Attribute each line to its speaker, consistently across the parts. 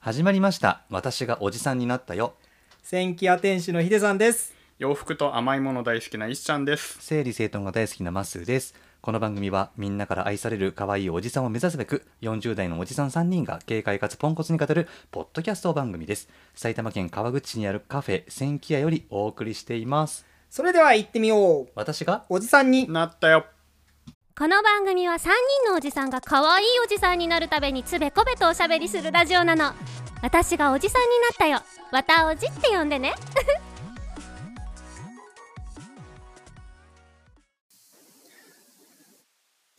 Speaker 1: 始まりました私がおじさんになったよ
Speaker 2: 千キア天使のヒデさんです。
Speaker 3: 洋服と甘いもの大好きなイシちゃんです。
Speaker 1: 整理整頓が大好きなマッスーですこの番組はみんなから愛される可愛いおじさんを目指すべく40代のおじさん3人が軽快かつポンコツに語るポッドキャスト番組です埼玉県川口市にあるカフェ千キ屋よりお送りしています
Speaker 2: それでは行ってみよう。
Speaker 1: 私が
Speaker 2: おじさんに。
Speaker 3: なったよ。
Speaker 4: この番組は3人のおじさんが可愛いおじさんになるためにつべこべとおしゃべりするラジオなの私がおじさんになったよわたおじって呼んでね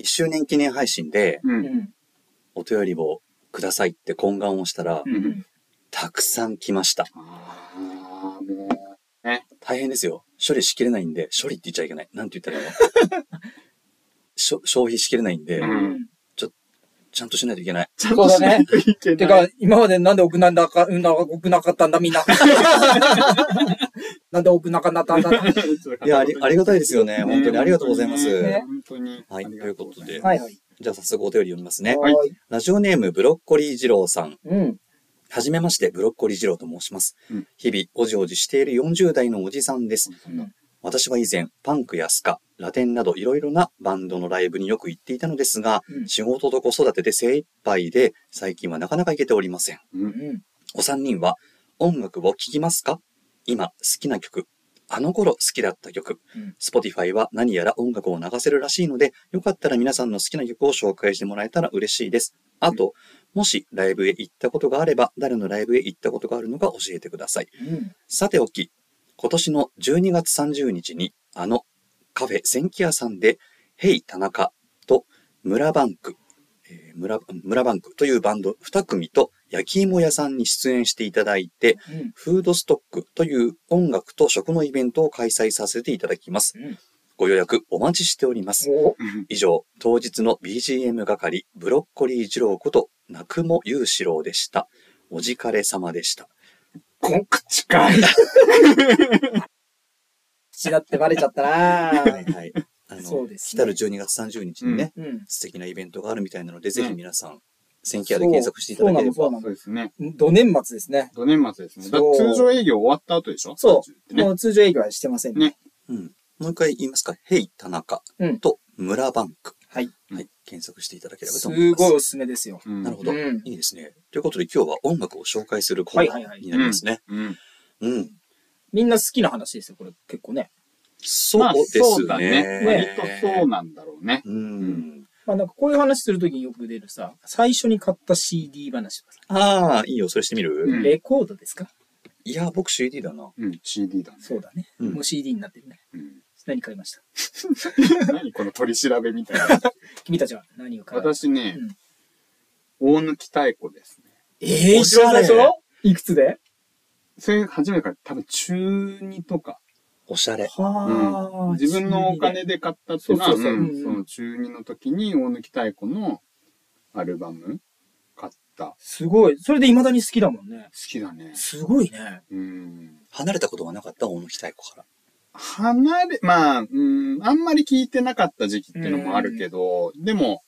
Speaker 5: 1周年記念配信で
Speaker 3: う。
Speaker 2: うんん。
Speaker 5: お便りをくださいって懇願をしたら、
Speaker 3: うん。
Speaker 5: たくさん来ました。
Speaker 3: ああ、も
Speaker 5: 大変ですよ。処理しきれないんで、処理って言っちゃいけない。なんて言ったらいい のしょ消費しきれないんで、
Speaker 3: うん。
Speaker 5: ちゃんとしないといけない。
Speaker 2: そうだね。
Speaker 3: いけ
Speaker 2: て
Speaker 3: ない。
Speaker 2: か、今までなんで奥なんだか、うんな、奥なかったんだ、みん な。なんで奥なかなったんだ。はい
Speaker 5: や、ありありがたいですよね。本当にありがとうございます。
Speaker 2: ね
Speaker 3: 本当に。
Speaker 5: はい
Speaker 3: ありがござます
Speaker 5: という
Speaker 2: いはい。
Speaker 5: じゃあ早速お便り読みますね。
Speaker 3: はい
Speaker 2: はーい。
Speaker 5: ラジオネームブロッコリー二郎さん。
Speaker 2: うん。
Speaker 5: はじめまして、ブロッコリー二郎と申します。
Speaker 3: うん
Speaker 5: 日々、おじおじしている40代のおじさんです。
Speaker 2: ん
Speaker 5: 私は以前、パンクやスカ、ラテンなどいろいろなバンドのライブによく行っていたのですが、
Speaker 2: うん
Speaker 5: 仕事と子育てで精一杯で、最近はなかなか行けておりません。
Speaker 2: うん。
Speaker 5: お三人は、音楽を聴きますか今、好きな曲。あの頃好きだった曲
Speaker 2: うん。
Speaker 5: Spotify は何やら音楽を流せるらしいので、よかったら皆さんの好きな曲を紹介してもらえたら嬉しいです。あと、もしライブへ行ったことがあれば、誰のライブへ行ったことがあるのか教えてください。
Speaker 2: うん。
Speaker 5: さておき、今年の12月30日に、あの、カフェ千木屋さんで、ヘイ田中と村バンク、えー村、村バンクというバンド2組と焼き芋屋さんに出演していただいて、
Speaker 2: うん
Speaker 5: フードストックという音楽と食のイベントを開催させていただきます。
Speaker 2: うん
Speaker 5: ご予約お待ちしております。
Speaker 2: お
Speaker 5: 以上、当日の BGM 係、ブロッコリー二郎こと、泣くもゆうしろうでした。お疲れ様でした。
Speaker 3: ごく近い。
Speaker 2: 口だってバレちゃったな
Speaker 5: はい
Speaker 2: ー
Speaker 5: はい。あの、
Speaker 2: そうです
Speaker 5: 来
Speaker 2: ね
Speaker 5: たる12月30日にね、
Speaker 2: うん。
Speaker 5: 素敵なイベントがあるみたいなので、ぜひ皆さん、千キ
Speaker 2: そ
Speaker 5: ャ
Speaker 2: う
Speaker 5: で検索していただけれ
Speaker 2: そ
Speaker 5: ば。
Speaker 2: うなの、
Speaker 3: そ
Speaker 2: そう
Speaker 3: うですね。
Speaker 2: なの。土年末ですね。
Speaker 3: 土年末ですね。だから
Speaker 2: そう
Speaker 3: 通常営業終わった後でしょ
Speaker 2: そ
Speaker 3: 30って
Speaker 2: う。
Speaker 3: ね
Speaker 2: もう通常営業はしてませんね。
Speaker 5: うん。もう一回言いますか。ヘイ田中
Speaker 2: うん
Speaker 5: と村バンク。
Speaker 2: はい。
Speaker 5: はい。検索していただければ
Speaker 2: す
Speaker 5: と思います。
Speaker 2: ごいおすすめですよ。
Speaker 3: うん
Speaker 5: なるほ
Speaker 2: う
Speaker 5: ど。
Speaker 2: ん。
Speaker 5: いいですね。ということで今日は音楽を紹介するコーナーになりますね。
Speaker 3: うん。
Speaker 5: うん。
Speaker 2: みんな好きな話ですよ、これ。結構ね。
Speaker 5: そうです
Speaker 3: そうだ
Speaker 5: ね
Speaker 3: ね。。割とそうなんだろうね。
Speaker 5: うん。
Speaker 2: まあなんかこういう話するときによく出るさ、最初に買った CD 話とかさ、
Speaker 5: ああ、いいよ。それしてみる、
Speaker 3: うん
Speaker 2: レコードですか
Speaker 5: いや、僕 CD だな。
Speaker 3: うん。CD だね。
Speaker 2: そうだね。
Speaker 5: うん
Speaker 2: もう CD になってるね。
Speaker 3: うん
Speaker 2: 何買いました
Speaker 3: 何この取り調べみたいな。
Speaker 2: 君たちは何を買う
Speaker 3: 私ね、大貫妙子ですね。
Speaker 2: ええー、
Speaker 5: お
Speaker 2: 一
Speaker 5: しゃ
Speaker 2: 番
Speaker 5: れ
Speaker 2: 最初のいくつで
Speaker 3: それ初めから多分中2とか。
Speaker 5: おしゃれ。
Speaker 2: は
Speaker 3: 自分のお金で買ったっていうのは、
Speaker 2: そうそうそう
Speaker 3: うん
Speaker 2: うん
Speaker 3: その中2の時に大貫妙子のアルバム買った。好
Speaker 2: すごい。それで未だに好きだもんね。
Speaker 3: きだね。
Speaker 2: すごいね。
Speaker 3: うん。
Speaker 5: 離れたことがなかった大野木太子から。
Speaker 3: 離れ、まあ、うん、あんまり聞いてなかった時期っていうのもあるけど、でも、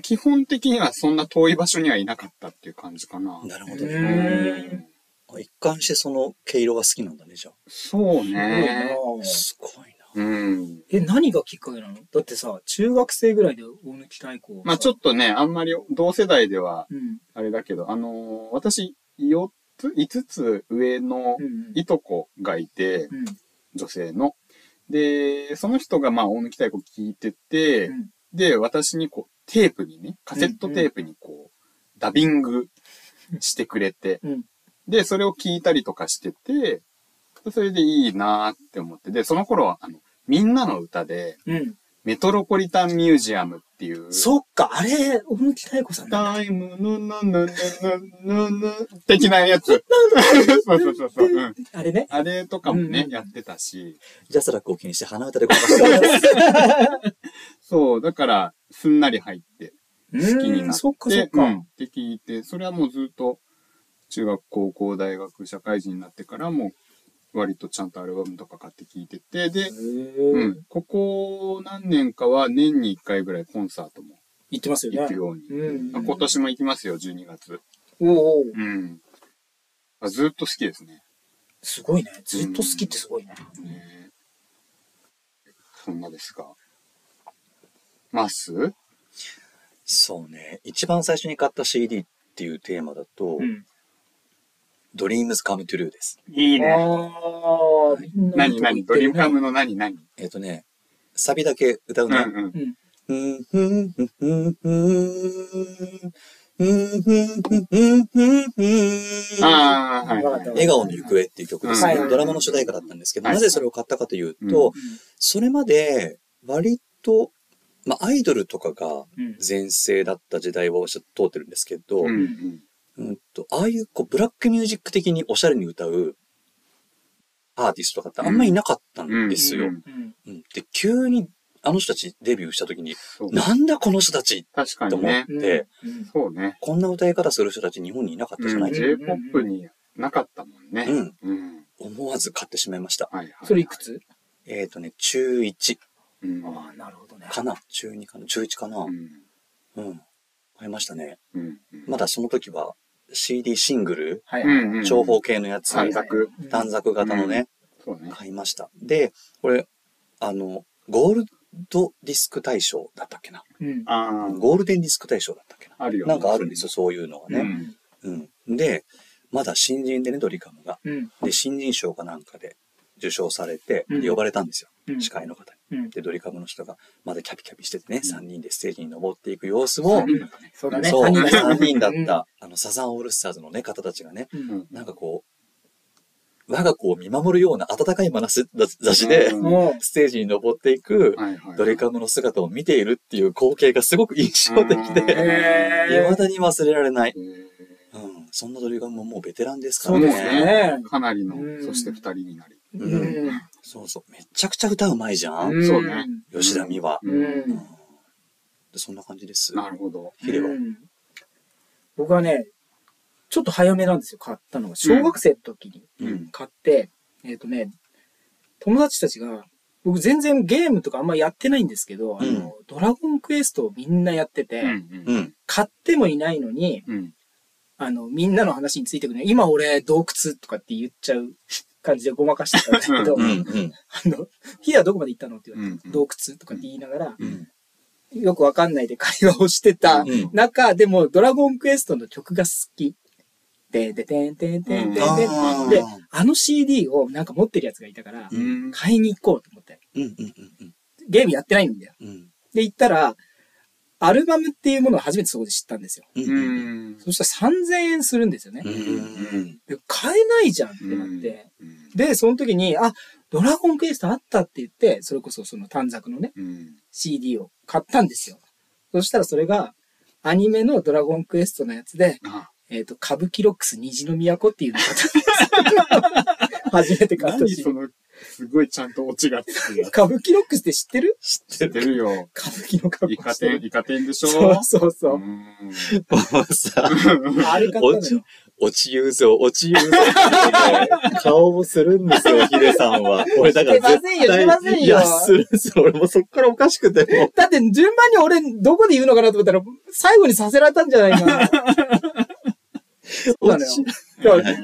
Speaker 3: 基本的にはそんな遠い場所にはいなかったっていう感じかな。
Speaker 5: なるほ
Speaker 2: う
Speaker 5: どね。
Speaker 2: ーん。
Speaker 5: あ一貫してその毛色が好きなんだね、じゃ
Speaker 3: そ
Speaker 2: すご
Speaker 3: う
Speaker 2: いな
Speaker 3: ね。
Speaker 5: あ。すごいな。
Speaker 3: うん。
Speaker 2: え、何がきっかけなのだってさ、中学生ぐらいで大貫太鼓をさ
Speaker 3: まあちょっとね、あんまり同世代では
Speaker 2: うん。
Speaker 3: あれだけど、あのー私、4つ、5つ上の
Speaker 2: うんうん。
Speaker 3: いとこがいて、
Speaker 2: うん。
Speaker 3: 女性の。で、その人がまあ、大貫太鼓聞いてて、
Speaker 2: うん
Speaker 3: で、私にこう、テープにね、カセットテープにこう、ダビングしてくれて、
Speaker 2: うん
Speaker 3: で、それを聞いたりとかしてて、それでいいなーって思って、で、その頃は、あの、みんなの歌で、
Speaker 2: うん。
Speaker 3: メトロポリタンミュージアムっていう、
Speaker 2: そっか、あれ、大貫太鼓さんだ。
Speaker 3: タイムのななななな的なやつ。そうそうそうそう、うん。
Speaker 2: あれね。
Speaker 3: あれとかもね、
Speaker 2: うん
Speaker 3: やってたし。
Speaker 5: ジャスラックを気にして鼻歌でごまかした。
Speaker 3: そう、だから、すんなり入って、
Speaker 2: 好
Speaker 3: 好きになって、
Speaker 2: そっかそっか。
Speaker 3: うんって聞いて、それはもうずっと、中学、高校、大学、社会人になってからも、割とちゃんとアルバムとか買って聞いてて、で、う、
Speaker 2: うん
Speaker 3: ここ何年かは年に1回ぐらいコンサートも
Speaker 2: 行ってますよ
Speaker 3: 行
Speaker 2: ね
Speaker 3: く。ように。
Speaker 2: うん
Speaker 3: 今年も行きますよ、12月。
Speaker 2: おお、
Speaker 3: うん。あずっと好きですね。
Speaker 2: すごいね。ずっと好きってすごいね。
Speaker 3: ねそんなですか。マス
Speaker 5: そうね。一番最初に買った CD っていうテーマだと、
Speaker 2: うん。
Speaker 5: Dreams Come True です。
Speaker 3: いい
Speaker 2: あ。あ、みんないい
Speaker 3: 何
Speaker 2: とこ行っ
Speaker 3: 何ド
Speaker 2: て
Speaker 3: リー
Speaker 2: る
Speaker 3: ムカ
Speaker 2: ね
Speaker 3: ムの何何
Speaker 5: えっ、とね、サビだけ歌う
Speaker 3: うんう
Speaker 5: ね。
Speaker 3: ん。
Speaker 2: うん。
Speaker 5: うんうんうんうんうんうんうんうん
Speaker 3: ああ、はい、
Speaker 2: わ
Speaker 3: は
Speaker 2: かった
Speaker 3: い。
Speaker 5: 笑顔の行方っていう曲ですね
Speaker 2: う。ん
Speaker 5: ドラマの主題歌だったんですけど、
Speaker 3: はい
Speaker 5: なぜそれを買ったかという
Speaker 3: う
Speaker 5: と、それまで割と、まあ、アイドルとかが
Speaker 2: うん。
Speaker 5: 全盛だった時代をちょっと通ってるんですけど、
Speaker 3: う
Speaker 5: うんん
Speaker 3: うん。
Speaker 5: とああいうこうブラックミュージック的におしゃれに歌うアーティストとかってあんまりいなかったんですよ。
Speaker 3: う
Speaker 5: うん
Speaker 3: うんん
Speaker 2: うん。
Speaker 5: で、急にあの人たちデビューした時に、
Speaker 3: そう
Speaker 5: なんだこの人たち
Speaker 3: 確か
Speaker 5: と
Speaker 3: に
Speaker 5: 思っ
Speaker 3: ね。
Speaker 5: て、
Speaker 2: うん
Speaker 3: そうね。
Speaker 5: こんな歌い方する人たち日本にいなかったじゃ
Speaker 3: う
Speaker 5: ない
Speaker 3: ん、
Speaker 5: ですか。
Speaker 3: J-POP になかったもんね。
Speaker 5: うん。
Speaker 3: うん。
Speaker 5: 思わず買ってしまいました。
Speaker 3: はいはい。
Speaker 2: それいくつ
Speaker 5: えっ、とね、中1
Speaker 3: うん。
Speaker 2: ああ、なるほどね。
Speaker 5: かな中2かな中1かな、
Speaker 3: うん。
Speaker 5: うん。買いましたね。
Speaker 3: うん。
Speaker 5: まだその時は CD シングル、
Speaker 2: はい
Speaker 3: うん
Speaker 2: はい。
Speaker 3: うん。
Speaker 5: 長方形のやつ、
Speaker 3: 短冊。
Speaker 2: うん
Speaker 5: 短冊型のね、
Speaker 3: そうね。
Speaker 5: 買いました。で、これ、あの、ゴールドディスク大賞だったっけな
Speaker 2: うん。
Speaker 3: あ
Speaker 5: ゴールデンディスク大賞だったっけな
Speaker 3: あ、あるよね。
Speaker 5: なんかあるんですよ、そういうのが
Speaker 3: うん。
Speaker 5: ね。うん。で、まだ新人でね、ドリカムが。
Speaker 2: うん。
Speaker 5: で、新人賞かなんかで受賞されて、
Speaker 2: うん
Speaker 5: で呼ばれたんですよ、
Speaker 2: うん
Speaker 5: 司会の方に。
Speaker 2: うん。
Speaker 5: で、ドリカムの人が、まだキャピキャピしててね、
Speaker 3: うん
Speaker 5: 3人でステージに登っていく様子を、
Speaker 3: うん
Speaker 2: そうだね。
Speaker 5: そう、
Speaker 2: 三人だ
Speaker 5: 3人だった、あの、サザンオールスターズのね、方たちがね、
Speaker 2: うん
Speaker 3: うん
Speaker 5: なんかこう、我が子を見守るような温かい眼差しで、
Speaker 3: うん
Speaker 2: も
Speaker 5: ステージに登っていく、
Speaker 3: はいはい。
Speaker 5: ドリカムの姿を見ているっていう光景がすごく印象的
Speaker 2: う、
Speaker 5: で、
Speaker 2: へ
Speaker 5: いま
Speaker 2: え。
Speaker 5: だに忘れられない。
Speaker 3: え
Speaker 5: うん、そんなドリカムももうベテランですか
Speaker 2: そ
Speaker 5: ら
Speaker 2: う
Speaker 5: ね。
Speaker 2: ですね。
Speaker 3: ーかなりの
Speaker 2: うん、
Speaker 3: そして二人になり。
Speaker 2: う
Speaker 5: うん
Speaker 2: ん。
Speaker 5: そうそう。めちゃくちゃ歌うまいじゃん、
Speaker 2: ん
Speaker 3: そうね。
Speaker 5: 吉田美和。
Speaker 2: う
Speaker 5: うん
Speaker 2: ん。
Speaker 5: でそんな感じです。
Speaker 3: なるほど。
Speaker 5: ヒデは
Speaker 2: うん僕はね、ちょっと早めなんですよ、買ったのが。小学生の時に
Speaker 5: うん
Speaker 2: 買って、えっ、とね、友達たちが、僕全然ゲームとかあんまやってないんですけど、あの、ドラゴンクエストをみんなやってて、
Speaker 3: うん
Speaker 5: う。ん。
Speaker 2: 買ってもいないのに、
Speaker 3: うん。
Speaker 2: あの、みんなの話についてくね、今俺洞窟とかって言っちゃう感じでごまかしてたんですけど、
Speaker 5: うん。うん。
Speaker 2: あの、ヒデはどこまで行ったのって言われて、
Speaker 3: うん
Speaker 2: 洞窟とかって言いながら、
Speaker 5: うん。
Speaker 2: よくわかんないで会話をしてた
Speaker 5: うん
Speaker 2: 中でも、ドラゴンクエストの曲が好き。で、で、てんてんてんてんてん。
Speaker 5: あー
Speaker 2: で、あの CD をなんか持ってるやつがいたから
Speaker 5: う、
Speaker 3: うん。
Speaker 2: 買いに行こうと思って。
Speaker 5: うん。うん。うん
Speaker 2: ゲームやってないんだよ。
Speaker 5: うん。
Speaker 2: で、行ったら、アルバムっていうものを初めてそこで知ったんですよ。
Speaker 5: うん。
Speaker 3: う
Speaker 5: うん。
Speaker 3: ん。
Speaker 2: そしたら3000円するんですよね
Speaker 5: う。ん。
Speaker 2: で買えないじゃんってなって。で、その時に、あ、ドラゴンクエストあったって言って、それこそその短冊のね、
Speaker 3: うん。
Speaker 2: CD を買ったんですよ。そしたらそれが、アニメのドラゴンクエストのやつで、
Speaker 3: あ
Speaker 2: えっ、と、歌舞伎ロックス虹の都っていうのを買ったんで す。初めて買った
Speaker 3: 何
Speaker 2: し
Speaker 3: そ。の、すごいちゃんとオチがつくや
Speaker 2: 歌舞伎ロックスって知ってる
Speaker 5: 知って
Speaker 3: つ。出
Speaker 5: る。
Speaker 3: る よ。
Speaker 2: 歌舞伎の格
Speaker 3: イ
Speaker 2: 好
Speaker 3: カ
Speaker 2: して
Speaker 3: 天、
Speaker 2: る。
Speaker 3: イカ天でしょ
Speaker 2: そうそうそうう。
Speaker 3: ん
Speaker 5: さ、
Speaker 2: あれ買った
Speaker 5: 落
Speaker 2: の
Speaker 5: ち
Speaker 2: よ。、
Speaker 5: 落ち言うぞ、落ち言うぞって ね顔をするんですよ、ヒデさんは。俺だから絶対。
Speaker 2: してませんよしてませんよ
Speaker 5: いや、するする。俺もそっからおかしくてもう。
Speaker 2: だって順番に俺どこで言うのかなと思ったら、最後にさせられたんじゃないか な。
Speaker 5: 落ち
Speaker 2: そうなのよだ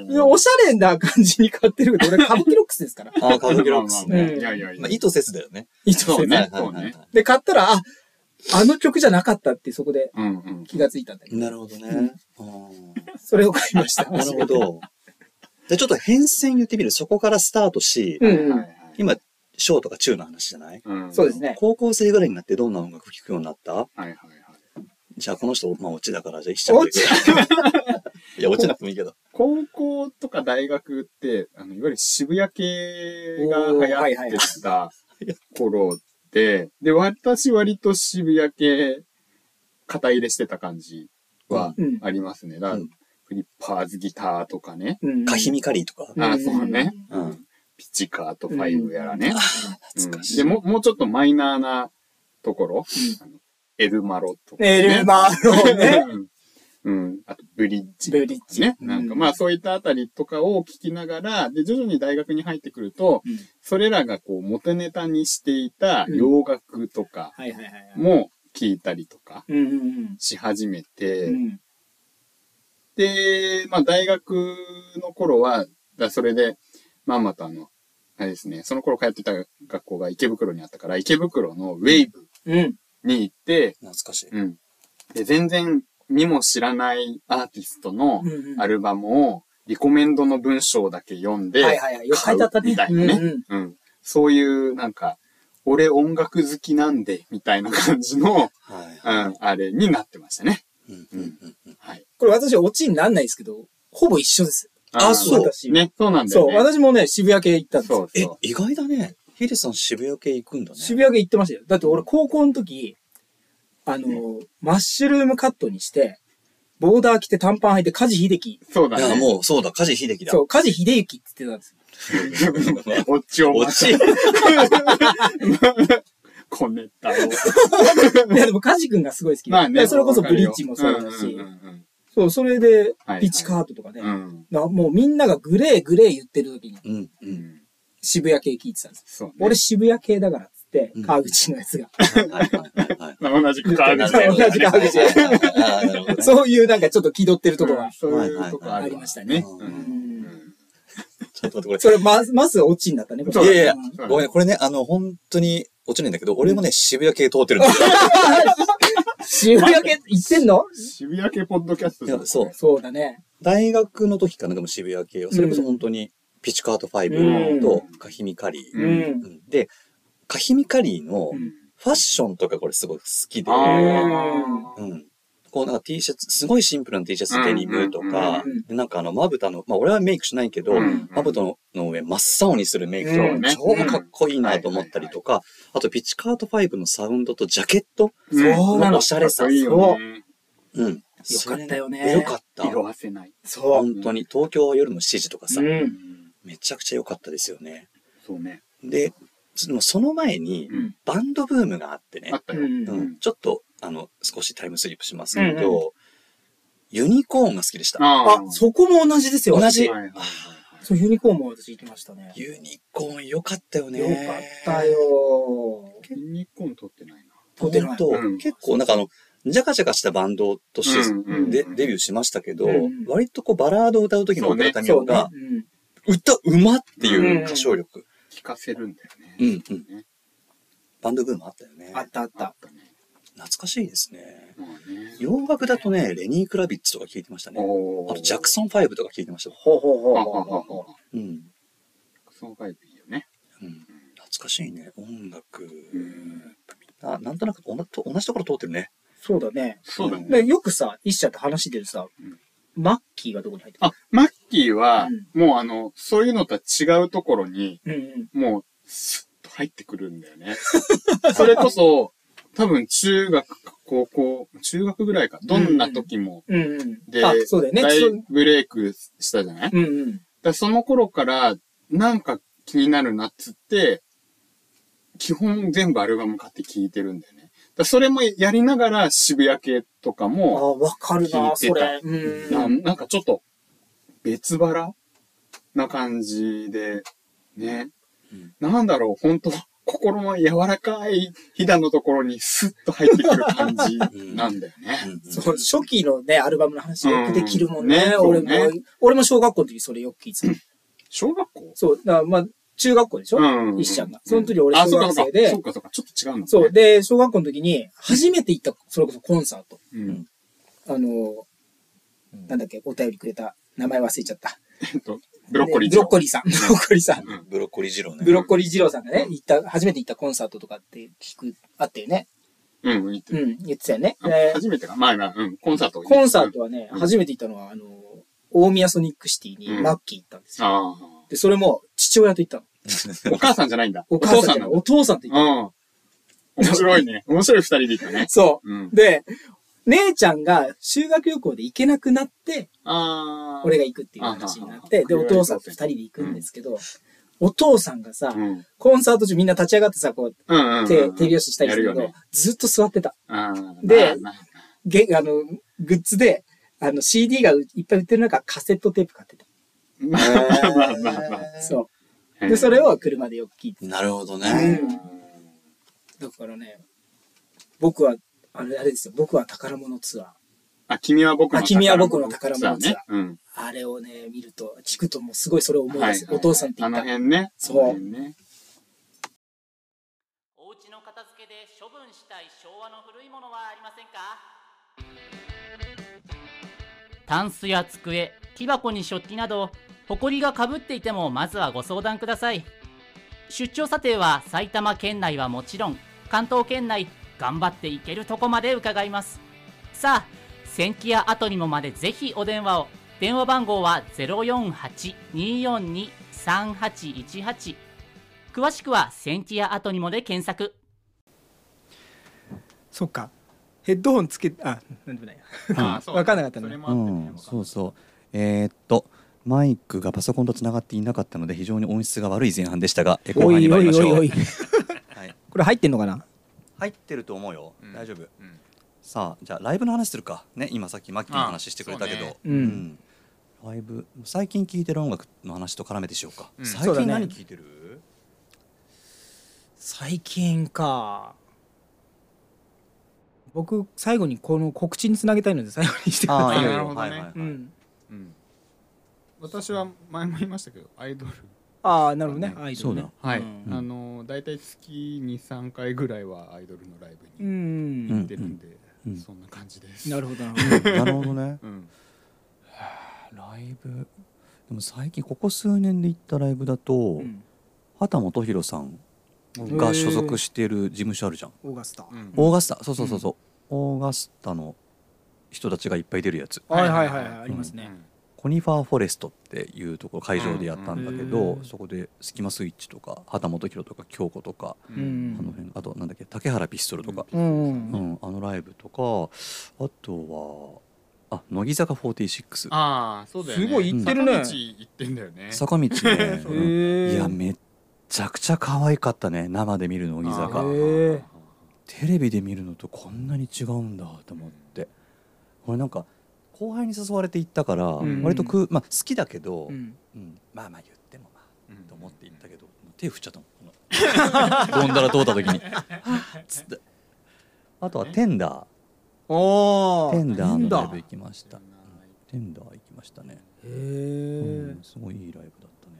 Speaker 2: からおしゃれな感じに買ってるけど、俺歌舞伎ロックスです から。
Speaker 5: あー、歌舞伎ロックス
Speaker 3: まあ
Speaker 5: ね。
Speaker 3: まあまあいやいやい
Speaker 5: ま
Speaker 3: や
Speaker 5: あ、。意図せずだよね。
Speaker 2: いいと
Speaker 3: そ
Speaker 2: 思
Speaker 3: う
Speaker 2: いま
Speaker 3: ね
Speaker 5: は、いはい
Speaker 3: そう
Speaker 5: はい
Speaker 3: ね。
Speaker 2: すで、買ったら、あ、あの曲じゃなかったってそこで
Speaker 3: うんうん。
Speaker 2: 気がついたんだけど。
Speaker 5: なるほどね。あー
Speaker 2: それを買いま した。
Speaker 5: なるほど。で、ちょっと変遷言ってみる。そこからスタートし、
Speaker 2: うん
Speaker 3: はいは
Speaker 2: う
Speaker 3: い
Speaker 2: ん。
Speaker 3: はい
Speaker 5: 今、小とか中の話じゃない
Speaker 3: うん
Speaker 2: そうですね。
Speaker 5: 高校生ぐらいになってどんな音楽聴くようになった
Speaker 3: はいはいはい。
Speaker 5: じゃあこの人、まあオチだから、じゃあしちゃって
Speaker 2: オチ
Speaker 5: いや、オチなくてもいいけど。
Speaker 3: 高校とか大学って、あの、いわゆる渋谷系が流行ってた頃で、で、私割と渋谷系、肩入れしてた感じは
Speaker 2: うん。
Speaker 3: ありますね。だから
Speaker 5: うん
Speaker 3: フリッパーズギターとかね。
Speaker 2: うん
Speaker 5: カヒミカリーとか。
Speaker 3: あそうね。
Speaker 5: うん。
Speaker 3: ピチカートファイブやらね。
Speaker 5: 懐かしい。
Speaker 3: で、もう、もうちょっとマイナーなところ。
Speaker 2: う
Speaker 3: あのエルマロとか、
Speaker 2: エルマロね。
Speaker 3: うん。うん。あと、ブリッジ。
Speaker 2: ブリッジ
Speaker 3: ね。なんか、
Speaker 2: うん
Speaker 3: まあ、そういったあたりとかを聞きながら、で、徐々に大学に入ってくると、
Speaker 2: うん
Speaker 3: それらがこう、元ネタにしていた洋楽とか
Speaker 2: はいはいはいはい。
Speaker 3: も聞いたりとか
Speaker 2: うんうん
Speaker 3: し始め
Speaker 2: う
Speaker 3: て、
Speaker 2: ん。
Speaker 3: で、まあ大学の頃は、だそれで、まあまたあの、あれですね、その頃通ってた学校が池袋にあったから、池袋のウェイブ
Speaker 2: うん。
Speaker 3: に行って、
Speaker 5: 懐かしい。
Speaker 3: うん。で、全然見も知らないアーティストの
Speaker 2: うんうん
Speaker 3: アルバムを、リコメンドの文章だけ読んで、
Speaker 2: はいはいはい。よく書いてあったね。
Speaker 3: 買うみたいなね
Speaker 2: うんうん
Speaker 3: うん。そういう、なんか、俺音楽好きなんで、みたいな感じの、
Speaker 5: はい。
Speaker 3: うん、あれになってましたね。
Speaker 5: うんうんうんうん。
Speaker 3: はい。
Speaker 2: これ私、オチになんないですけど、ほぼ一緒です。
Speaker 5: あ
Speaker 3: の
Speaker 5: そう
Speaker 2: 私
Speaker 3: ね、そうなんだ
Speaker 2: そ
Speaker 3: よ
Speaker 2: う、
Speaker 3: ね。
Speaker 2: 私もね、渋谷系行ったんです
Speaker 3: そ
Speaker 2: よ。
Speaker 3: う
Speaker 5: え
Speaker 3: そう。、
Speaker 5: 意外だね。ヒデさん渋谷系行くんだね。
Speaker 2: 渋谷系行ってましたよ。だって俺、高校の時、あの、マッシュルームカットにして、ボーダー着て短パン履いて、梶秀樹。
Speaker 3: そうだ
Speaker 5: いや、
Speaker 3: ね。
Speaker 5: もう、そうだ、梶秀樹だ。
Speaker 2: そう、梶秀之って言ってたんです よ。
Speaker 3: おっちを
Speaker 5: 落ち。
Speaker 3: こねったろう。
Speaker 2: いや、でも梶君がすごい好きで。
Speaker 3: まあね。
Speaker 2: それこそブリッジもそうだし、
Speaker 3: んん
Speaker 2: そう、それで
Speaker 3: はいは、い
Speaker 2: ピッチカートとかね、
Speaker 3: うんうん。
Speaker 2: なもうみんながグレーグレー言ってる時に
Speaker 5: うん、う。
Speaker 3: うんん。
Speaker 2: 渋谷系聞いてたんです。
Speaker 3: そうね。
Speaker 2: 俺渋谷系だからっつって
Speaker 5: うん、
Speaker 2: 川口のやつが。
Speaker 5: はいはいはいはい。
Speaker 3: 同じく川 口
Speaker 2: 同じく川口
Speaker 5: はいはいはいなるほどね
Speaker 2: そういうなんかちょっと気取ってるとこ
Speaker 3: う
Speaker 2: が
Speaker 3: ん。そういうとこあるわ
Speaker 2: ありましたね
Speaker 3: うんうん
Speaker 5: ちょっと待って、これ
Speaker 2: それ、ま、まずオチになったね。これ
Speaker 3: そうだね
Speaker 5: いやいや
Speaker 2: うん
Speaker 3: そうだね
Speaker 5: ごめんね、これね、あの、本当に落ちないんだけど、俺もね、渋谷系通ってるんです
Speaker 2: 渋谷系行ってんの
Speaker 3: 渋谷系ポッドキャスト
Speaker 5: よ。そう。
Speaker 2: そうだね。
Speaker 5: 大学の時かな、でも渋谷系は。それこそ本当に、ピチカート5と
Speaker 3: うん
Speaker 5: カヒミカリ
Speaker 3: う
Speaker 5: ー。
Speaker 3: ん。
Speaker 5: うんで、カヒミカリーの
Speaker 2: うん
Speaker 5: ファッションとかこれすごく好きで、
Speaker 3: あー
Speaker 5: うん。こうなんか T シャツ、すごいシンプルな T シャツ、デニムとか
Speaker 2: うんうんうん、
Speaker 5: でなんかあの、まぶたの、まあ俺はメイクしないけど
Speaker 3: うんうん、
Speaker 5: まぶたのの上真っ青にするメイクと
Speaker 2: うん
Speaker 5: か、
Speaker 3: ね
Speaker 5: 超かっこいいなと思ったりとか、あとピチカート5のサウンドとジャケット
Speaker 2: そうな
Speaker 5: の
Speaker 2: の
Speaker 5: おしゃれさ
Speaker 3: かっこ。いいよね。
Speaker 5: うん。よ
Speaker 2: かったよね
Speaker 5: よかった。
Speaker 3: 色あせない。
Speaker 2: そ
Speaker 5: 本当に。東京は夜の7時とか
Speaker 2: う。
Speaker 5: さ
Speaker 2: う、。
Speaker 3: うんん。
Speaker 5: めちゃくちゃ良かったですよね。
Speaker 3: そうね。
Speaker 5: で、そのその前に
Speaker 3: うん
Speaker 5: バンドブームがあってね
Speaker 3: あ、ったよ。
Speaker 2: うん
Speaker 5: うんちょっと、あの、少しタイムスリップしますけ
Speaker 2: うん
Speaker 5: ど、ユニコーンが好きでした。
Speaker 2: あ
Speaker 3: あ、
Speaker 2: そこも同じですよ。
Speaker 5: 同
Speaker 3: はい
Speaker 5: じ
Speaker 3: はいはいはい
Speaker 2: そう、ユニコーンも私行きましたね。
Speaker 5: ユニコーン良かったよね。
Speaker 2: よかった。よ。
Speaker 3: ユニコーン撮ってないな。
Speaker 5: とてもと
Speaker 3: うん
Speaker 5: 結構なんかあの、ジャカジャカしたバンドとして
Speaker 3: うんうんうん
Speaker 5: でデビューしましたけど
Speaker 2: うん、
Speaker 5: 割とこうバラードを歌う時の岡田美
Speaker 2: そ
Speaker 5: 桜
Speaker 2: うね
Speaker 5: が、。歌うまっていう歌唱力。
Speaker 3: 聞かせるんだよね。
Speaker 5: うんうん
Speaker 3: ね。
Speaker 5: バンドブームあったよね
Speaker 2: うん。あったあっ。
Speaker 3: あったたね。
Speaker 5: 懐かしいですね。
Speaker 3: まあね。
Speaker 5: 洋楽だとね、レニー・クラビッツとか聞いてましたね。
Speaker 3: お
Speaker 5: あと、ジャク
Speaker 3: ン。
Speaker 5: ソン5とか聞いてました。
Speaker 2: ほうほうほう
Speaker 3: はは
Speaker 2: ほう
Speaker 3: は
Speaker 2: ほうほ
Speaker 3: は
Speaker 2: う。
Speaker 5: うん。
Speaker 3: ジャクソンファイブいいよね。
Speaker 5: うん。懐かしいね。音楽。
Speaker 3: ん
Speaker 5: あなんとなく同じ同じところ通ってるね。
Speaker 2: そうだね。
Speaker 3: そうだ
Speaker 5: う
Speaker 3: ね。
Speaker 2: でよくさ、一社と話してるさ
Speaker 3: うん、
Speaker 2: マッキーがどこに入ってくる
Speaker 3: あ、マッキーは
Speaker 2: うん、
Speaker 3: もうあの、そういうのとは違うところに、
Speaker 2: うんうん。
Speaker 3: もう、スッと入ってくるんだよね。 それこそ、多分中学か高校、中学ぐらいか。どんな時も。
Speaker 2: うんうん。
Speaker 3: で
Speaker 2: あ、そうだよね。
Speaker 3: 大
Speaker 2: そう
Speaker 3: ブレイクしたじゃないだか
Speaker 2: うんうん。
Speaker 3: らその頃から、なんか気になるなっつって、基本全部アルバム買って聴いてるんだよね。だからそれもやりながら渋谷系とか
Speaker 2: あ、
Speaker 3: も、
Speaker 2: わかるな、
Speaker 3: 聞い
Speaker 2: そ
Speaker 3: てた
Speaker 2: れ。うん
Speaker 3: ななんかちょっと、別腹な感じで、ね。
Speaker 5: うん
Speaker 3: なんだろう、本当心の柔らかいひだのところにスッと入ってくる感じなんだよね。
Speaker 2: そう、初期のね、アルバムの話よくできるもんね。
Speaker 3: うん
Speaker 2: 俺
Speaker 3: ねそう
Speaker 2: も、俺も小学校の時それよく聞いてた。
Speaker 3: 小学校
Speaker 2: そう、だからまあ、中学校でしょ
Speaker 3: うん
Speaker 2: 一社が。その時俺小学生
Speaker 3: あ
Speaker 2: で
Speaker 3: そう、かそうか、そうか、ちょっと違うんだ、ね。
Speaker 2: そう、で、小学校の時に、初めて行った、それこそコンサート。
Speaker 3: うん。
Speaker 2: あの、なんだっけ、お便りくれた、名前忘れちゃった。
Speaker 3: えっと、ブロッコリー
Speaker 2: ねブロッコリーさん。ブロッコリーさん。
Speaker 5: ブロッコリー二郎ね。
Speaker 2: ブロッコリー二郎さんがね、行った、初めて行ったコンサートとかって聞く、あったよね。
Speaker 3: ー。うん、言って
Speaker 2: う
Speaker 3: る。
Speaker 2: ん、言ってたよね。
Speaker 3: あ
Speaker 2: で
Speaker 3: 初めてか。まあまあ、うん、コンサート。
Speaker 2: コンサートはね、
Speaker 3: うん
Speaker 2: 初めて行ったのは、あの、大宮ソニックシティ
Speaker 3: う
Speaker 2: に
Speaker 3: ん
Speaker 2: マッキー行ったんです
Speaker 3: うん。
Speaker 2: よ。
Speaker 3: あ
Speaker 2: で、それも父親と行ったの。
Speaker 3: あ。お母さんじゃないんだ。
Speaker 2: お母さんじゃ
Speaker 3: な
Speaker 2: なんい
Speaker 3: だ
Speaker 2: お。父さんと行っ
Speaker 3: うん。面白いね。面白い二人で行ったね
Speaker 2: た。。そう。
Speaker 3: うん。
Speaker 2: で、姉ちゃんが修学旅行で行けなくなって、
Speaker 3: ああ。
Speaker 2: 俺が行くっていう話になっ
Speaker 3: あ
Speaker 2: て、
Speaker 3: あ
Speaker 2: で、
Speaker 3: ああ
Speaker 2: お父さんと二人で行くんですけど、お父さんがさ、
Speaker 3: うん。
Speaker 2: コンサート中みんな立ち上がってさ、こう、
Speaker 3: うんうんうん。
Speaker 2: 手、手拍子したり
Speaker 3: や
Speaker 2: す
Speaker 3: る
Speaker 2: る
Speaker 3: よ
Speaker 2: けど
Speaker 3: ね。、
Speaker 2: ずっと座ってた。
Speaker 3: あー
Speaker 2: で
Speaker 3: まあまあ
Speaker 2: げ、あの、グッズで、あの、CD がいっぱい売ってる中、カセットテープ買ってた。
Speaker 3: まあまあまあまあ
Speaker 2: そ
Speaker 3: まあ。
Speaker 2: う。で、それを車でよく聞いて
Speaker 5: なるほど
Speaker 3: う
Speaker 5: ね。
Speaker 3: ん。
Speaker 2: た。だからね、僕は、あれ、あれですよ、僕は宝物ツア
Speaker 3: あ、君は僕の
Speaker 2: あ君は僕の宝
Speaker 3: だ
Speaker 2: 物
Speaker 3: ね
Speaker 2: だ。
Speaker 3: うん。
Speaker 2: あれをね、見ると、聞くともうすごいそれを思い出
Speaker 3: はい
Speaker 2: す。お父さんって
Speaker 3: あ
Speaker 2: 言っ
Speaker 3: の
Speaker 2: た。
Speaker 3: 辺ね。
Speaker 2: そう
Speaker 3: あの辺ね。
Speaker 6: お家の片付けで処分したい昭和の古いものはありませんかタンスや机、木箱に食器など、埃がかぶっていてもまずはご相談ください。出張査定は埼玉県内はもちろん、関東圏内、頑張っていけるとこまで伺います。さあ、千木屋後にもまでぜひお電話を。電話番号は048-242-3818。詳しくは千木屋後にもで検索。
Speaker 2: そっか。ヘッドホンつけ、あ、なんでもないや。
Speaker 3: あそう
Speaker 2: わかんなかったね
Speaker 3: それもあ
Speaker 5: う
Speaker 3: ってね
Speaker 5: ん、そうそう。えーっと、マイクがパソコンとつながっていなかったので、非常に音質が悪い前半でしたが、え後
Speaker 2: お
Speaker 5: 半に
Speaker 2: いお
Speaker 5: 参り
Speaker 2: い
Speaker 5: まし
Speaker 2: おい
Speaker 5: ょ
Speaker 2: お
Speaker 5: う。
Speaker 2: い。
Speaker 5: はい
Speaker 2: これ入ってんのかな
Speaker 5: 入ってると思うよ。大丈夫。
Speaker 3: うん
Speaker 5: さあ、じゃあライブの話するか。ね、今さっきマッキーの話してくれたけど
Speaker 3: あ。
Speaker 2: そうねうん
Speaker 5: うんライブ最近聴いてる音楽の話と絡めてしようか、
Speaker 3: うん
Speaker 5: 最
Speaker 2: そうだ
Speaker 5: 近
Speaker 2: ね
Speaker 5: 何聴いてる、
Speaker 2: 最近か。僕、最後にこの告知につなげたいので、最後にしてくだ
Speaker 5: あ
Speaker 2: さ
Speaker 5: あい
Speaker 2: い。
Speaker 5: いよいい
Speaker 3: な
Speaker 5: よ
Speaker 3: るほど
Speaker 5: は
Speaker 3: ね
Speaker 5: いはいはい、
Speaker 2: うん。
Speaker 3: うん私は前も言いましたけど、アイドル。
Speaker 2: ああ、なるほどね。アイドルね
Speaker 5: そう
Speaker 3: はい。
Speaker 2: うん
Speaker 3: あの、大体月2、3回ぐらいはアイドルのライ
Speaker 2: う
Speaker 3: ブに
Speaker 2: ん。
Speaker 5: うん
Speaker 3: 出るんで
Speaker 5: うん、
Speaker 3: そんな感じです。
Speaker 2: なるほど、な るほど。
Speaker 5: なるほどね
Speaker 3: うん。
Speaker 5: ライブでも最近ここ数年で行ったライブだと、
Speaker 2: うん
Speaker 5: 畑基博さん
Speaker 2: ん
Speaker 5: が所属してる事務所あるじゃん、
Speaker 2: オーガスタ。
Speaker 3: うん
Speaker 5: オーガスタそうそうそうそう、オーガスタの人たちがいっぱい出るやつ
Speaker 2: はいはい
Speaker 3: は
Speaker 2: はいい
Speaker 3: はい
Speaker 2: はい、あります
Speaker 3: う
Speaker 2: ね。
Speaker 3: ん
Speaker 5: コニファーフォレストっていうところ会場でやったんだけ
Speaker 2: うん
Speaker 5: ど、
Speaker 2: うん
Speaker 5: そこでスキマスイッチとか畑基博とか京子とか、
Speaker 3: う。
Speaker 2: うん
Speaker 5: あの
Speaker 2: ん。
Speaker 5: 辺あとなんだっけ竹原ピストルとか、
Speaker 2: うん。
Speaker 5: う
Speaker 2: うん
Speaker 5: ん、あのライブとかあとはあ乃木坂46
Speaker 3: ああ、そうだよね。
Speaker 2: すごい行ってるね
Speaker 3: 坂道行ってんだよね。
Speaker 5: 坂道ね、
Speaker 2: へ
Speaker 5: うん
Speaker 2: え。
Speaker 5: いやめっちゃくちゃ可愛かったね生で見る乃木
Speaker 3: あ
Speaker 5: 坂
Speaker 3: ー
Speaker 2: へえ
Speaker 5: テレビで見るのとこんなに違うんだと思ってこれなんか後輩に誘われて行ったから、
Speaker 2: ん
Speaker 5: 割とく、まあ、好きだけど、
Speaker 2: う
Speaker 5: うん
Speaker 2: ん。
Speaker 5: まあまあ言ってもまあ
Speaker 3: うん
Speaker 5: と思って行ったけど手振っちゃったもんこのゴンダラ通った時にあっつってあとはテンダ
Speaker 2: お
Speaker 5: ー
Speaker 2: お。
Speaker 5: テンダーのライ
Speaker 2: へ
Speaker 5: ブ行きましたうんテンダー行きましたね
Speaker 2: え
Speaker 5: うん。すごいいいライブだったね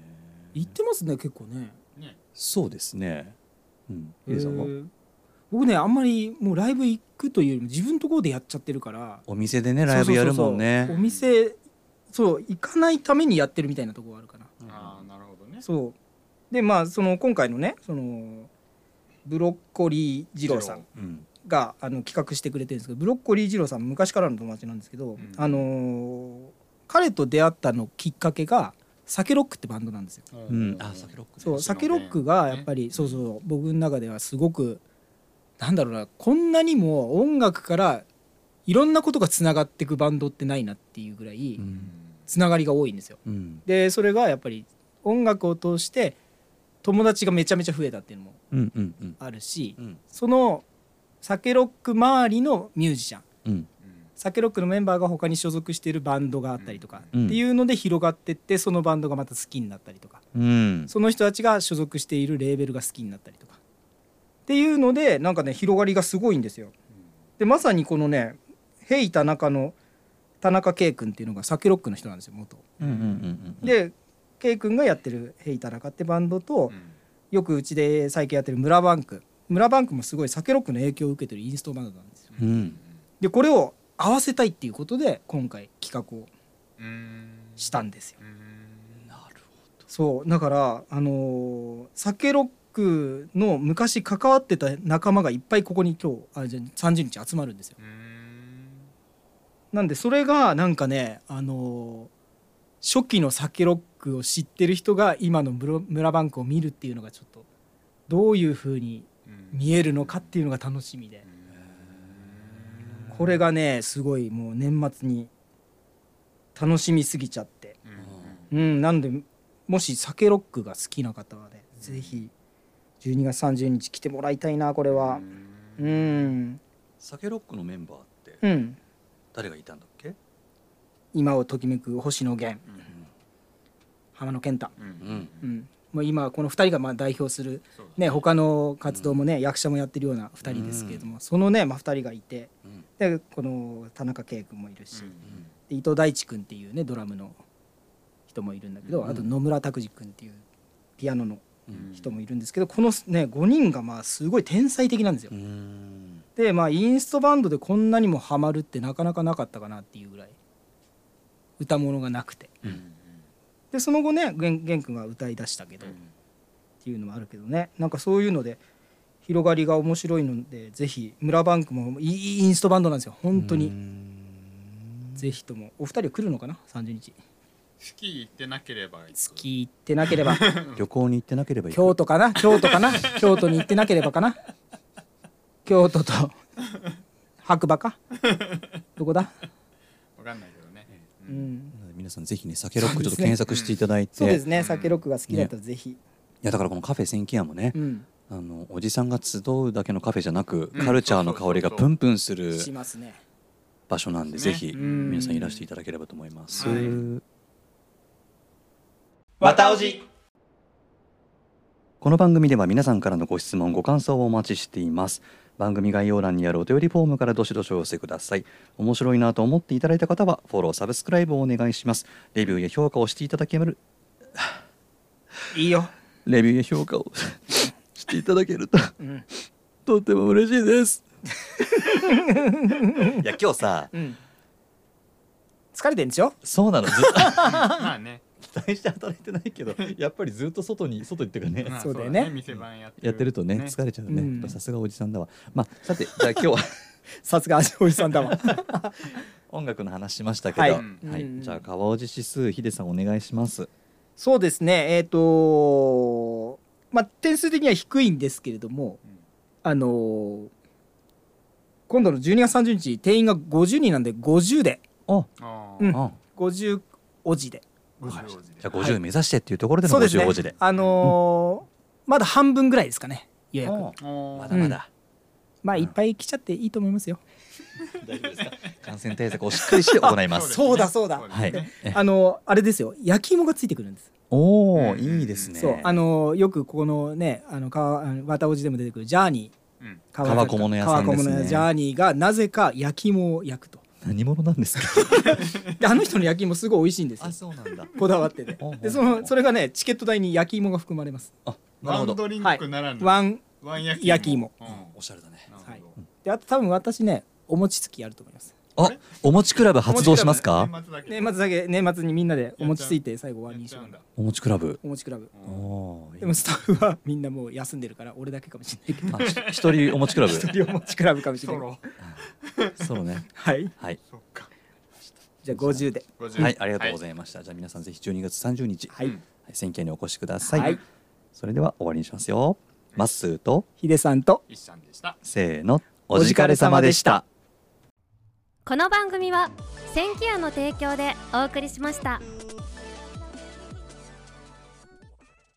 Speaker 2: 行ってますね、結構ね。
Speaker 3: ね
Speaker 5: そうですねうんヒデさんは
Speaker 2: へえ僕ね、あんまりもうライブ行くというよりも自分のところでやっちゃってるから。
Speaker 5: お店でねライブやるもん
Speaker 2: そうそうそう
Speaker 5: ね
Speaker 2: お店、そう、行かないためにやってるみたいなところがあるかな。
Speaker 3: ああ、なるほどね。
Speaker 2: そう。で、まあ、その今回のね、その。ブロッコリー二郎さん。
Speaker 5: うん
Speaker 2: があの企画してくれてるんですけどブロッコリー二郎さん昔からの友達なんですけど、
Speaker 3: ん
Speaker 2: あのー彼と出会ったのきっかけがサケロックってバンドなんですよ。
Speaker 5: う
Speaker 3: うん
Speaker 5: あ酒ロック
Speaker 2: そ
Speaker 5: ね
Speaker 2: うサケロックがやっぱり、そうそう僕の中ではすごくなんだろうなこんなにも音楽からいろんなことがつながってくバンドってないなっていうぐらい
Speaker 5: うん
Speaker 2: つながりが多いんですよ。
Speaker 5: うん
Speaker 2: でそれがやっぱり音楽を通して友達がめちゃめちゃ増えたっていうのも
Speaker 5: うんうんうん
Speaker 2: あるし、
Speaker 5: うん
Speaker 2: そのサケロック周りのミュージシャン
Speaker 5: うん
Speaker 2: サケロックのメンバーが他に所属しているバンドがあったりとか、
Speaker 5: うん
Speaker 2: っていうので広がってってそのバンドがまた好きになったりとか
Speaker 5: うん
Speaker 2: その人たちが所属しているレーベルが好きになったりとかっていうのでなんかね広がりがすごいんですよ。でまさにこのね「ヘイ田中」の田中圭君っていうのがサケロックの人なんですよ元。
Speaker 5: うんうんうんうん
Speaker 2: で圭君がやってる「ヘイ田中」ってバンドと、
Speaker 3: うん
Speaker 2: よくうちで最近やってる「村バンク」村バンクもすごいサケロックの影響を受けてるインストバンドなんですよ。
Speaker 5: うん
Speaker 2: でこれを合わせたいっていうことで今回企画を
Speaker 3: うん
Speaker 2: したんですよ。
Speaker 3: うん
Speaker 5: なる
Speaker 2: そうだからあのーサケロックの昔関わってた仲間がいっぱいここに今日あじゃあ30日集まるんですよ。
Speaker 3: うん
Speaker 2: なんでそれがなんかねあのー初期のサケロックを知ってる人が今の村村バンクを見るっていうのがちょっとどういうふうに見えるのかっていうのが楽しみでこれがねすごいもう年末に楽しみすぎちゃってうんなんでもしサケロックが好きな方はねぜひ12月30日来てもらいたいなこれはうん
Speaker 5: 酒ロックのメンバーって
Speaker 2: うん
Speaker 5: 誰がいたんだっけ
Speaker 2: 今をときめく星野源
Speaker 5: う
Speaker 2: 浜野健太
Speaker 3: うん
Speaker 5: ん
Speaker 2: うんまあ、今この2人がまあ代表する、ね、他の活動もね、役者もやってるような2人ですけれども、そのね、まあ、2人がいて、でこの田中圭君もいるし、で伊藤大地君っていうねドラムの人もいるんだけど、あと野村拓司君っていうピアノの人もいるんですけど、このね5人がまあすごい天才的なんですよ。
Speaker 5: うん
Speaker 2: でまあインストバンドでこんなにもハマるってなかなかなかったかなっていうぐらい歌物がなくて、でその後ね玄玄君が歌い出したけど、っていうのもあるけどねなんかそういうので広がりが面白いのでぜひ村バンクもいいインストバンドなんですよ本当にぜひともお二人は来るのかな30日
Speaker 3: スキー行ってなければ行く
Speaker 2: 月行ってなければ
Speaker 5: 旅行に行ってなければいい
Speaker 2: 京都かな京都かな京都に行ってなければかな京都と白馬かどこだ
Speaker 3: わかんないけどね。
Speaker 2: うん
Speaker 5: 皆さんぜひね酒ロックちょっと検索していただいて、
Speaker 2: そうですね、酒ロックが好きだったらぜひ、
Speaker 5: いやだからこのカフェ千キヤもね、
Speaker 2: うん、
Speaker 5: あのおじさんが集うだけのカフェじゃなく、
Speaker 3: うん
Speaker 5: カルチャーの香りがプンプンする
Speaker 2: しますね。
Speaker 5: 場所なんで、
Speaker 3: そうそう
Speaker 5: ぜひ
Speaker 2: ん
Speaker 5: 皆さんいらしていただければと思います。
Speaker 3: はい
Speaker 7: わたおじ
Speaker 5: この番組では皆さんからのご質問ご感想をお待ちしています番組概要欄にあるお便りフォームからどしどしお寄せください面白いなと思っていただいた方はフォローサブスクライブをお願いしますレビューや評価をしていただける
Speaker 2: いいよ。
Speaker 5: レビューや評価を していただけると、
Speaker 2: ん
Speaker 5: とても嬉しいですいや今日さ
Speaker 2: うん。疲れてんでしょ？
Speaker 5: そうなのずっと
Speaker 3: まあね。
Speaker 5: 期待して働いてないけどやっぱりずっと外に外行っていうかね、
Speaker 3: まあ
Speaker 2: そうだよね
Speaker 3: 店番やってる。
Speaker 5: やってるとね疲れちゃうね、
Speaker 2: うん
Speaker 5: やっぱさすがおじさんだわまあさてじゃあ今日は
Speaker 2: さすが味おじさんだわ。
Speaker 5: 音楽の話しましたけど、は
Speaker 2: はいい
Speaker 5: はい、じゃあ川尾指数ヒデさんお願いします。
Speaker 2: そうですね。えっ、とまあ点数的には低いんですけれども、
Speaker 3: うん
Speaker 2: あのー今度の12月30日定員が50人なんで50で
Speaker 5: あ、
Speaker 3: あ
Speaker 2: う
Speaker 3: ー
Speaker 2: ん
Speaker 5: あ、
Speaker 2: 50おじで。
Speaker 3: ご自由自在
Speaker 5: じゃあ
Speaker 2: は
Speaker 5: 50
Speaker 2: い
Speaker 5: 目指してっていうところでの
Speaker 2: そうですね
Speaker 5: 55時で。。
Speaker 2: あのーまだ半分ぐらいですかね。予約。
Speaker 5: おう
Speaker 3: おー
Speaker 5: まだまだ、
Speaker 2: まあいっぱい来ちゃっていいと思いますよ。
Speaker 5: 大丈夫ですか。感染対策をしっかりして行 います。
Speaker 2: そうだそうだ
Speaker 3: です
Speaker 5: は
Speaker 3: ね
Speaker 5: い。え
Speaker 2: あのーあれですよ。焼き芋がついてくるんです。
Speaker 5: おお、いいですね。
Speaker 2: そうあのよくこのねあのかあの綿おじでも出てくるジャーニー
Speaker 3: うん
Speaker 5: 川小物屋さんですね
Speaker 2: 川小物屋ジャーニーがなぜか焼き芋を 焼くと
Speaker 5: 何者なんですか。
Speaker 2: であの人の焼き芋すごい美味しいんですよ
Speaker 5: そうなんだ。
Speaker 2: こだわってて
Speaker 5: ほうほうほう
Speaker 2: でそのそれがねチケット代に焼き芋が含まれます
Speaker 5: あ、なる
Speaker 3: ワ
Speaker 5: ほ
Speaker 3: ン
Speaker 5: ど。
Speaker 3: ドリンクならぬ。
Speaker 2: ワン
Speaker 3: ワン焼き
Speaker 2: 焼き芋
Speaker 3: うん
Speaker 5: おしゃれだね。
Speaker 3: なるほど
Speaker 2: であと多分私ねお餅つきやると思います
Speaker 5: あ、お餅クラブ発動しますか。
Speaker 3: 年末だけ
Speaker 2: 年末だけ年末にみんなでお餅ついて最後終わり
Speaker 3: やっ
Speaker 2: にし
Speaker 3: ちゃ
Speaker 2: よ
Speaker 3: う
Speaker 2: うん
Speaker 3: だ。
Speaker 5: お餅クラブ。
Speaker 2: お餅クラブ
Speaker 5: おおー、いい
Speaker 2: でもスタッフはみんなもう休んでるから俺だけかもしれないけど
Speaker 5: あひ一人お餅クラブ。
Speaker 2: 一人お餅クラブかもしれ
Speaker 3: ソ
Speaker 2: ないけど
Speaker 3: ロ。
Speaker 5: そうね。
Speaker 2: はい
Speaker 5: はい。
Speaker 3: そっか。
Speaker 2: じゃあ50で
Speaker 3: 50
Speaker 5: はい、ありがとうございました。じゃあ皆さんぜひ12月30日、
Speaker 2: はい
Speaker 5: はい、選挙にお越しください。
Speaker 2: はい
Speaker 5: それでは終わりにしますよ。まっすーと
Speaker 2: ヒデさんと
Speaker 3: 一さんでした。
Speaker 5: せーのお疲れ様でした。
Speaker 4: この番組は「千キヤの提供でお送りしました。